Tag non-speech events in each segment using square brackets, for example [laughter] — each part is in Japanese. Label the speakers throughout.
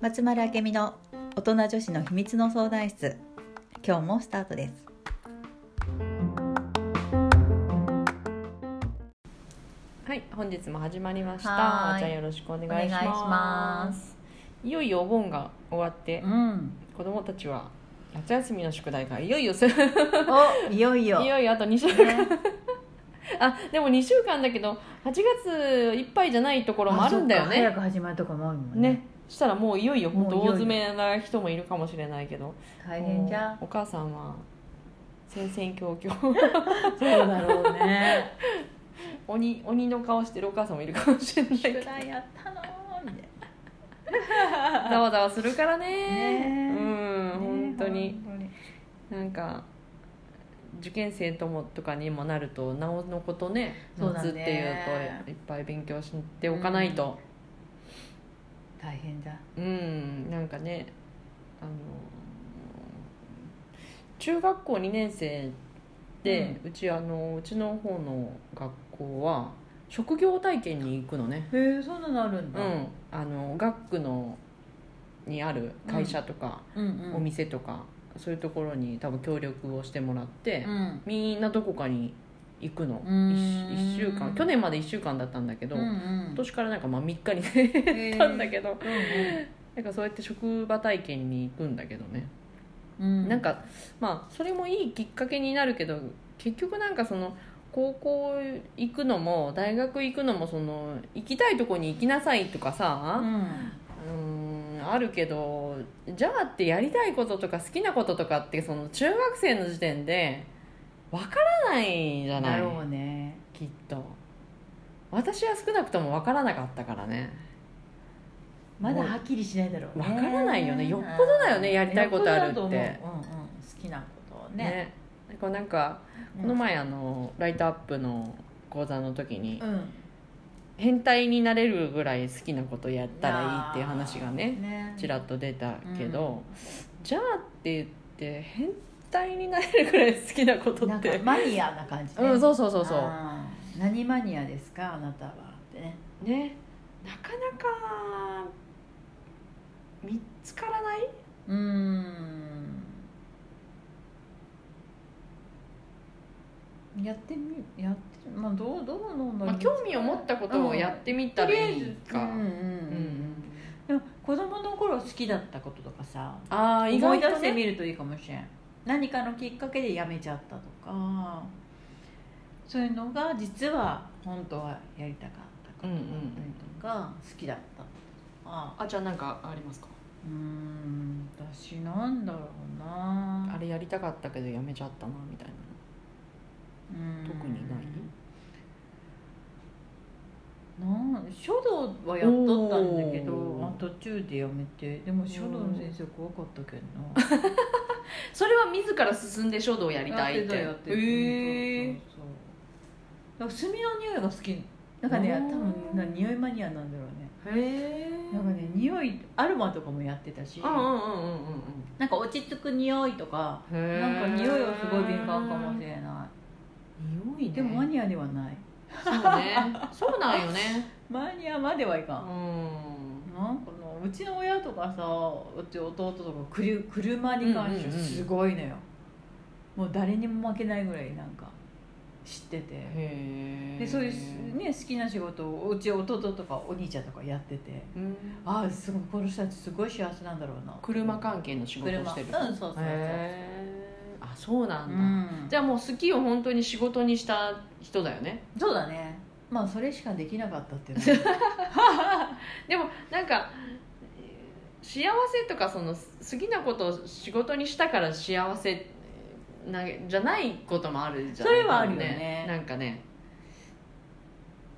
Speaker 1: 松丸明美の大人女子の秘密の相談室今日もスタートです
Speaker 2: はい、本日も始まりました。
Speaker 1: はーい
Speaker 2: じゃあよろしくお願いします。
Speaker 1: お願いします
Speaker 2: いよいよお盆が終わって、
Speaker 1: ん
Speaker 2: 子供たちは夏休みの宿題がいよいよすい
Speaker 1: おいよいよ
Speaker 2: [laughs] よいよあと2週間。
Speaker 1: ね
Speaker 2: あ、でも2週間だけど、8月いっぱいじゃないところもあるんだよ
Speaker 1: そっか
Speaker 2: ね。
Speaker 1: 早く始まるとこもあるもんね
Speaker 2: ね。したらもういよいよ本当
Speaker 1: もう
Speaker 2: 大
Speaker 1: いよいよ
Speaker 2: 詰めな人もいるかもしれないけど。
Speaker 1: 大変じゃん
Speaker 2: もうお母さんは戦々恐々 [laughs]
Speaker 1: そうだろうね
Speaker 2: 鬼鬼の顔してるお母さんもいるかもしれないけど
Speaker 1: [laughs] 宿題やったのみたい
Speaker 2: ざわざわするからね
Speaker 1: ね
Speaker 2: うん
Speaker 1: な
Speaker 2: 本当に、
Speaker 1: ね [laughs] 本
Speaker 2: なんか受験生ともとかにもなるとなおのことね
Speaker 1: そうだ
Speaker 2: 夏
Speaker 1: ね
Speaker 2: っていうといっぱい勉強しておかないと
Speaker 1: 大変だ
Speaker 2: うん、なんかねあの中学校2年生で、うちあのうちの方の学校は職業体験に行くのね、
Speaker 1: へえそんなのあるん
Speaker 2: う
Speaker 1: だ、
Speaker 2: ん、あの学区のにある会社とか、
Speaker 1: うん、
Speaker 2: お店とかそういうところに多分協力をしてもらって、
Speaker 1: うん
Speaker 2: みんなどこかに行くの
Speaker 1: うーん
Speaker 2: 1, 週間去年まで1週間だったんだけど、
Speaker 1: うんうん
Speaker 2: 今年からなんかまあ3日にね
Speaker 1: へえ
Speaker 2: たんだけど
Speaker 1: うんう
Speaker 2: なんかそうやって職場体験に行くんだけどね、
Speaker 1: んうん
Speaker 2: なんかまあそれもいいきっかけになるけど結局なんかその高校行くのも大学行くのもその行きたいとこに行きなさいとか
Speaker 1: う
Speaker 2: さ、
Speaker 1: ん
Speaker 2: うーんあるけどじゃあってやりたいこととか好きなこととかってその中学生の時点でわからないじゃな
Speaker 1: だ
Speaker 2: い
Speaker 1: ろうね
Speaker 2: きっと私は少なくともわからなかったからね
Speaker 1: まだはっきりしないだろうね
Speaker 2: わからないよねよっぽどだよねやりたいことあるっ
Speaker 1: よぽどだ
Speaker 2: て
Speaker 1: と思ううんうん、好きなことをね
Speaker 2: ねこうなんか
Speaker 1: うん
Speaker 2: この前あのライトアップの講座の時に
Speaker 1: うん
Speaker 2: 変態になれるぐらい好きなことやったらいいっていう話がね
Speaker 1: ね
Speaker 2: ちらっと出たけど、じゃあって言って変態になれるぐらい好きなこと
Speaker 1: なん
Speaker 2: っ
Speaker 1: か
Speaker 2: て
Speaker 1: マニアな感じ、ね、
Speaker 2: うんそうそうそうそう
Speaker 1: あー何マニアですかあなたはってね
Speaker 2: ねなかなか見つからないう
Speaker 1: ーんやってみやってるまあどうどうなんだろ
Speaker 2: ま
Speaker 1: う
Speaker 2: あ、興味を持ったことをやってみた
Speaker 1: とり
Speaker 2: ら
Speaker 1: あえ
Speaker 2: いい
Speaker 1: ず
Speaker 2: か、
Speaker 1: うんうんうんでも子供の頃好きだったこととかさ
Speaker 2: ああ意
Speaker 1: 思
Speaker 2: 外
Speaker 1: い出
Speaker 2: と
Speaker 1: して
Speaker 2: ね
Speaker 1: みるといいかもしれん何かのきっかけでやめちゃったとかそういうのが実は本当はやりたかったこと
Speaker 2: うんうんうん
Speaker 1: とか好きだったこととか
Speaker 2: あじゃあなんかありますか
Speaker 1: うーん私なんだろうな
Speaker 2: あれやりたかったけどやめちゃったなみたいな
Speaker 1: うん
Speaker 2: 特にない
Speaker 1: なん書道はやっとったんだけど
Speaker 2: おー
Speaker 1: あ途中でやめてでも書道の先生怖かったけどな
Speaker 2: それは自ら進んで書道をやりたいっ
Speaker 1: やって
Speaker 2: て
Speaker 1: たやってた
Speaker 2: えー
Speaker 1: そうそうそうだから炭の匂いが好きなんかね
Speaker 2: あー
Speaker 1: 多分な匂いマニアなんだろうね
Speaker 2: へえ
Speaker 1: なんかね匂いアルマとかもやってたし、
Speaker 2: うんうんうんうん
Speaker 1: なんか落ち着く匂いとか
Speaker 2: うんうん
Speaker 1: なんか匂いはすごい敏感かもし
Speaker 2: い
Speaker 1: れな
Speaker 2: 匂い
Speaker 1: い
Speaker 2: ね
Speaker 1: でもマニアではない
Speaker 2: そうね [laughs] そうなんよね
Speaker 1: マニアまではいか
Speaker 2: うん
Speaker 1: ん、なんかのうちの親とかさうち弟とかくる車に関して
Speaker 2: うんうんうん
Speaker 1: すごいのよ、もう誰にも負けないぐらいなんか知ってて
Speaker 2: へえ
Speaker 1: でそういう、ね、好きな仕事をうち弟とかお兄ちゃんとかやってて
Speaker 2: うん、
Speaker 1: ああすごいこの人たちすごい幸せなんだろうな
Speaker 2: 車関係の仕事をしてる
Speaker 1: 車うんそうそうそう
Speaker 2: へーあそうな
Speaker 1: うん
Speaker 2: だ、
Speaker 1: ん
Speaker 2: じ
Speaker 1: じゃ
Speaker 2: ゃあもう好きを本当に仕事にした人だよね
Speaker 1: そうだねまあそれしかできなかったっていうのは
Speaker 2: でもなんかえー幸せとかその好きなことを仕事にしたから幸せなじゃないこともあるじゃん
Speaker 1: それはあるよね
Speaker 2: なんかね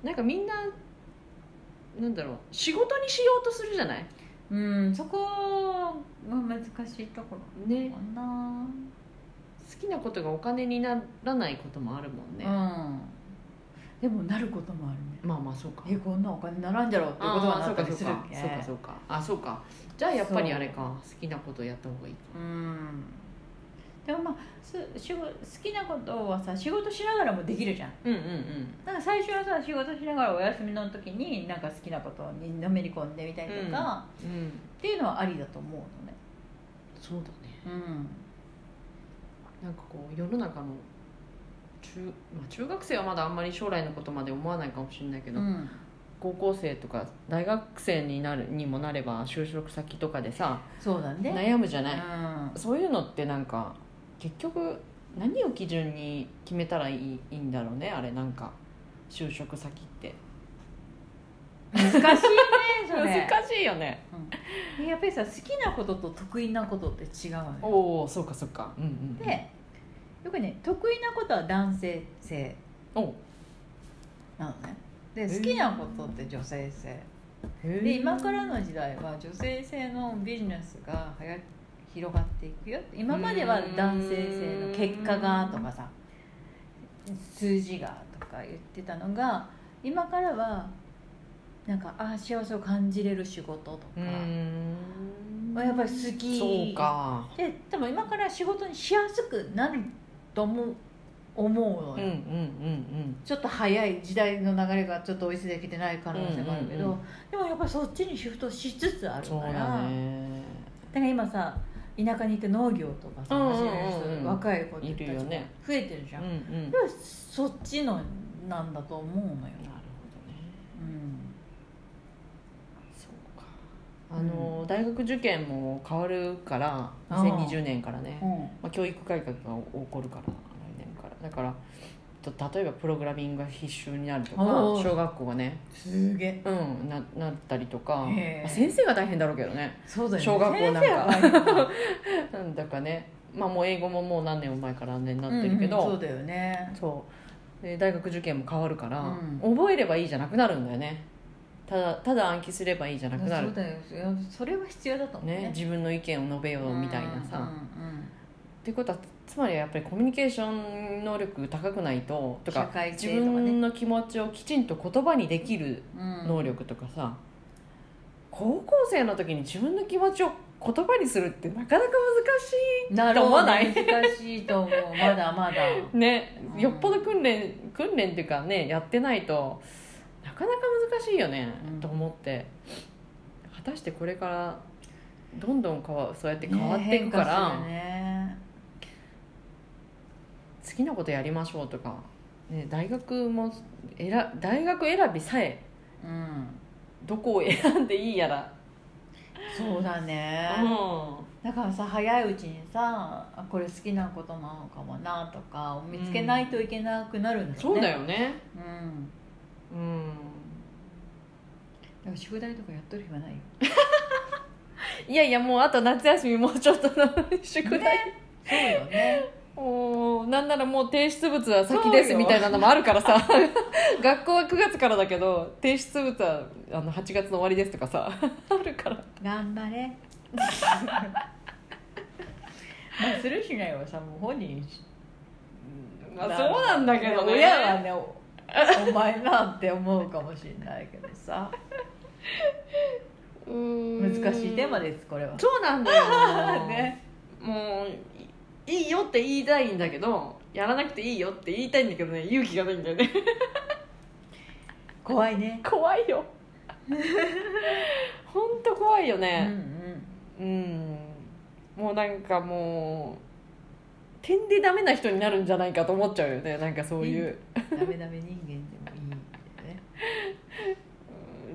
Speaker 2: なんかみんななんだろう仕事にしようとするじゃない
Speaker 1: うんそこが難しいところ
Speaker 2: ね
Speaker 1: かな、
Speaker 2: 好きなことがお金にならないこともあるもんね、
Speaker 1: うんでもなることもあるね
Speaker 2: まあまあそうか
Speaker 1: えこんなお金ならんじゃろうってことは
Speaker 2: あー
Speaker 1: な
Speaker 2: そ
Speaker 1: っ
Speaker 2: う
Speaker 1: たり
Speaker 2: かそう
Speaker 1: する
Speaker 2: か
Speaker 1: け
Speaker 2: そうかそうかあそうかじゃあやっぱりあれか好きなことやった方がいいか
Speaker 1: うんでもまあす仕事好きなことはさ仕事しながらもできるじゃん
Speaker 2: うんうんうん
Speaker 1: なんか最初はさ仕事しながらお休みの時になんか好きなことにのめり込んでみたりとか、
Speaker 2: うん
Speaker 1: っていうのはありだと思うのね
Speaker 2: そうだね
Speaker 1: うん
Speaker 2: なんかこう世の中の中,、まあ、中学生はまだあんまり将来のことまで思わないかもしれないけど、
Speaker 1: うん
Speaker 2: 高校生とか大学生になるにもなれば就職先とかでさ
Speaker 1: そうだね
Speaker 2: 悩むじゃ
Speaker 1: う
Speaker 2: ない、
Speaker 1: ん
Speaker 2: そういうのってなんか結局何を基準に決めたらいいいいんだろうねあれなんか就職先って
Speaker 1: 難しいねそれ
Speaker 2: [laughs] 難しいよね
Speaker 1: うん、やっぱりさ好きなことと得意なことって違うのよ
Speaker 2: おおそうかそうかうんうん
Speaker 1: でよくね得意なことは男性性
Speaker 2: おう
Speaker 1: なのね
Speaker 2: へ
Speaker 1: で
Speaker 2: ー
Speaker 1: 好きなことって女性性で今からの時代は女性性のビジネスがはや広がっていくよ今までは男性性の結果がとかさ数字がとか言ってたのが今からはなんかああ幸せを感じれる仕事とか、
Speaker 2: うーん
Speaker 1: まあやっぱり好き
Speaker 2: そうか
Speaker 1: で多分今から仕事にしやすくなると思う思う
Speaker 2: う
Speaker 1: の
Speaker 2: んう
Speaker 1: よ、
Speaker 2: んうんうん
Speaker 1: ちょっと早い時代の流れがちょっと追いついてきてない可能性もあるけど、
Speaker 2: うんうんう
Speaker 1: でもやっぱりそっちにシフトしつつあるか
Speaker 2: そう
Speaker 1: ら
Speaker 2: だね
Speaker 1: だから今さ田舎に行って農業とかさ
Speaker 2: うんうんうん
Speaker 1: 始める人、若い子たち
Speaker 2: いるよね
Speaker 1: 増えてるじ
Speaker 2: う
Speaker 1: ゃん、
Speaker 2: んう
Speaker 1: やっ
Speaker 2: んなる
Speaker 1: ぱりそっちのなんだと思うのよ、
Speaker 2: ほど
Speaker 1: う
Speaker 2: ね
Speaker 1: ん、
Speaker 2: そうかあの、大学受験も変わるから
Speaker 1: あー
Speaker 2: 2020年からね、
Speaker 1: うん
Speaker 2: まあ、教育改革が起こるから来年からだからと例えばプログラミングが必修になるとか
Speaker 1: おー
Speaker 2: 小学校がね、
Speaker 1: すげえ
Speaker 2: うん、ななったりとか、
Speaker 1: へー
Speaker 2: まあ先生が大変だろうけどね [laughs]
Speaker 1: そうだよね
Speaker 2: 小学校なんか
Speaker 1: 先生は大変だ
Speaker 2: なんだかね、まあ、もう英語ももう何年も前からねなってるけど、
Speaker 1: うんうんそうだよね
Speaker 2: そうで大学受験も変わるから、
Speaker 1: う
Speaker 2: 覚えればいいじゃなくなるんだよねただただ暗記すればいいじゃなくな
Speaker 1: そ
Speaker 2: る
Speaker 1: う、だよいやそれは必要だと思う
Speaker 2: ね、自分の意見を述べようみたいなさ、
Speaker 1: うん
Speaker 2: っ
Speaker 1: うんうん
Speaker 2: てことはつまりやっぱりコミュニケーション能力高くないとと
Speaker 1: 社
Speaker 2: か
Speaker 1: 会
Speaker 2: 自
Speaker 1: 性とかね
Speaker 2: 分の気持ちをきちんと言葉にできる
Speaker 1: うん
Speaker 2: 能力とかさ、高校生の時に自分の気持ちを言葉にするってなかなか
Speaker 1: なるほ
Speaker 2: と思わ
Speaker 1: ど
Speaker 2: ない [laughs]
Speaker 1: 難しいと思うまだまだ
Speaker 2: 難しいね
Speaker 1: うん
Speaker 2: よっぽど訓練訓練っていうかねやってないとなかなか難しいよね、
Speaker 1: うん
Speaker 2: と思って果たしてこれからどんどん変わそうやって変わっていくから、
Speaker 1: ね
Speaker 2: 好きなことやりましょうとか、ね、大学も選大学選びさえ
Speaker 1: 変化するよね
Speaker 2: どこを選んでいいやら、
Speaker 1: うんそうだね
Speaker 2: う
Speaker 1: だからさ早いうちにさあこれ好きなことなのかもなとかを見つけないといけなくなるん
Speaker 2: ん、
Speaker 1: だよね
Speaker 2: そうだよね
Speaker 1: うん
Speaker 2: うん
Speaker 1: だから宿題とかやっとる暇ないよ
Speaker 2: いやいやもうあと夏休みもうちょっとなのに宿題、
Speaker 1: そうよね
Speaker 2: おーなんならもう提出物は先で
Speaker 1: そう
Speaker 2: す
Speaker 1: よ
Speaker 2: みたいなのもあるからさ [laughs] 学校は9月からだけど提出物はあの8月の終わりですとかさ [laughs] あるから
Speaker 1: 頑張れまあするしないはさもう本人
Speaker 2: まあそうなんだけどね
Speaker 1: 親はねおお前なんて思うかもしれないけどさ難しいテーマですこれは
Speaker 2: そうなんだ [laughs] よ
Speaker 1: ね
Speaker 2: もういいいよって言いたいんだけどやらなくていいよって言いたいんだけどね勇気がないんだよね
Speaker 1: 怖いね
Speaker 2: 怖い [laughs] よ本当怖いよ
Speaker 1: うんう
Speaker 2: ね
Speaker 1: ん
Speaker 2: うん、もうなんかもう点でダメな人になるんじゃないかと思っちゃうよねなんかそういう、
Speaker 1: ダメダメ人間でもいいんだよね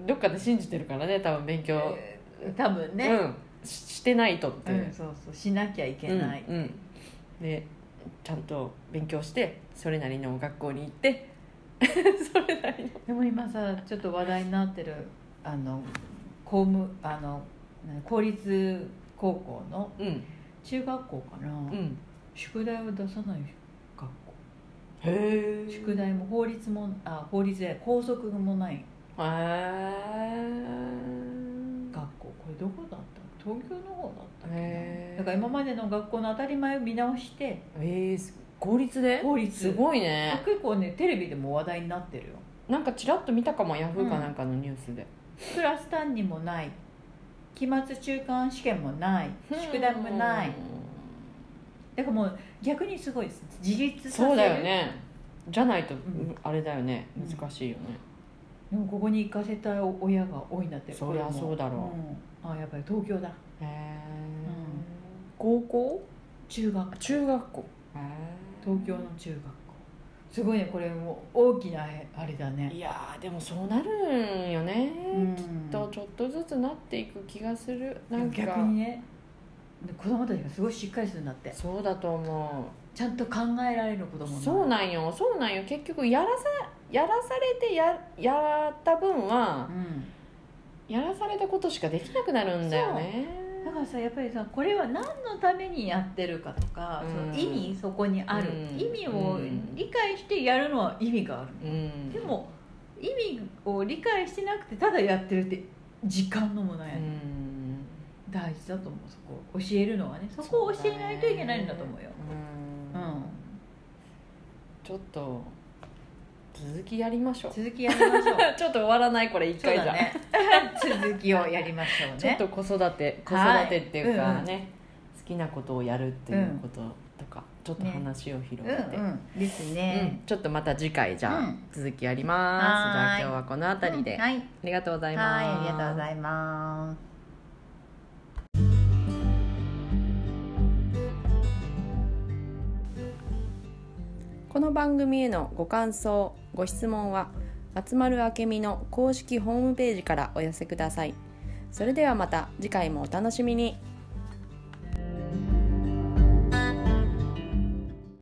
Speaker 2: うんどっかで信じてるからね多分勉強、
Speaker 1: えー多分ね、
Speaker 2: うん、ししてないとって
Speaker 1: う
Speaker 2: い
Speaker 1: ん
Speaker 2: う、
Speaker 1: そうそうしなきゃいけない、
Speaker 2: うんうんでちゃんと勉強してそれなりの学校に行って [laughs] それなりの
Speaker 1: でも今さちょっと話題になってるあの公務あの何公立高校の
Speaker 2: うん
Speaker 1: 中学校かな、
Speaker 2: うん
Speaker 1: 宿題を出さない学校
Speaker 2: へえ
Speaker 1: 宿題も法律もあ法律で校則もない
Speaker 2: へー
Speaker 1: 学校これどこだった東京の方だったっけな
Speaker 2: へー
Speaker 1: だから今までの学校の当たり前を見直して
Speaker 2: えー、す公立で
Speaker 1: 法律
Speaker 2: すごいね
Speaker 1: 結構ねテレビでも話題になってるよ
Speaker 2: なんかちらっと見たかもヤフーかなんかのニュースで、
Speaker 1: クラス単にもない期末中間試験もない宿題もないだからもう逆にすごいです自立させる
Speaker 2: そうだよねじゃないと
Speaker 1: ん
Speaker 2: あれだよね
Speaker 1: うん
Speaker 2: 難しいよね
Speaker 1: でもここに行かせた親が多いんだって
Speaker 2: そりゃ
Speaker 1: 子供
Speaker 2: そうだろ
Speaker 1: うんあやっぱり東京だ
Speaker 2: へえ高校
Speaker 1: 中学
Speaker 2: 中学校
Speaker 1: 東京の中学校すごいねこれもう大きなあれだね
Speaker 2: いやーでもそうなるんよね、
Speaker 1: うん
Speaker 2: きっとちょっとずつなっていく気がするなんか
Speaker 1: 逆にね子供たちがすごいしっかりするんだって
Speaker 2: そうだと思
Speaker 1: ちゃんと考えられる子
Speaker 2: う
Speaker 1: 供
Speaker 2: そうなんよそうなんよ結局やらさやらされてややった分は
Speaker 1: う、ん
Speaker 2: やらされたことしかできなくなるんだよね
Speaker 1: だからさやっぱりさこれは何のためにやってるかとか、
Speaker 2: うん
Speaker 1: その意味そこにある、
Speaker 2: うん
Speaker 1: 意味を理解してやるのは意味がある、
Speaker 2: うん
Speaker 1: でも意味を理解してなくてただやってるって時間のもな
Speaker 2: う
Speaker 1: い、
Speaker 2: ん
Speaker 1: 大事だと思うそこ教えるのはねそこを教えないといけないんだと思うよ
Speaker 2: うん
Speaker 1: うん
Speaker 2: ちょっと続きやりましょう
Speaker 1: 続きやりま
Speaker 2: [laughs]
Speaker 1: しょう
Speaker 2: ちょっと終わらないこれ一
Speaker 1: そう
Speaker 2: 回じゃ
Speaker 1: だね [laughs] 続きをやりましょうね
Speaker 2: ちょっと子育て子
Speaker 1: はい
Speaker 2: 育てっていうかね、
Speaker 1: うん
Speaker 2: 好きなことをやるっていうこととか、ちょっと話を広
Speaker 1: う
Speaker 2: げて、
Speaker 1: んうんです
Speaker 2: うん
Speaker 1: ね、
Speaker 2: ちょっとまた次回じゃあ、
Speaker 1: うん
Speaker 2: 続きやりますじゃ
Speaker 1: は
Speaker 2: あ
Speaker 1: ーい
Speaker 2: 今日はこの辺りで、あ
Speaker 1: はい
Speaker 2: りがとうござい
Speaker 1: は
Speaker 2: ます
Speaker 1: い、ありがとうございます
Speaker 2: この番組へのご感想ご質問は松丸あけみの公式ホームページからお寄せくださいそれではまた次回もお楽しみに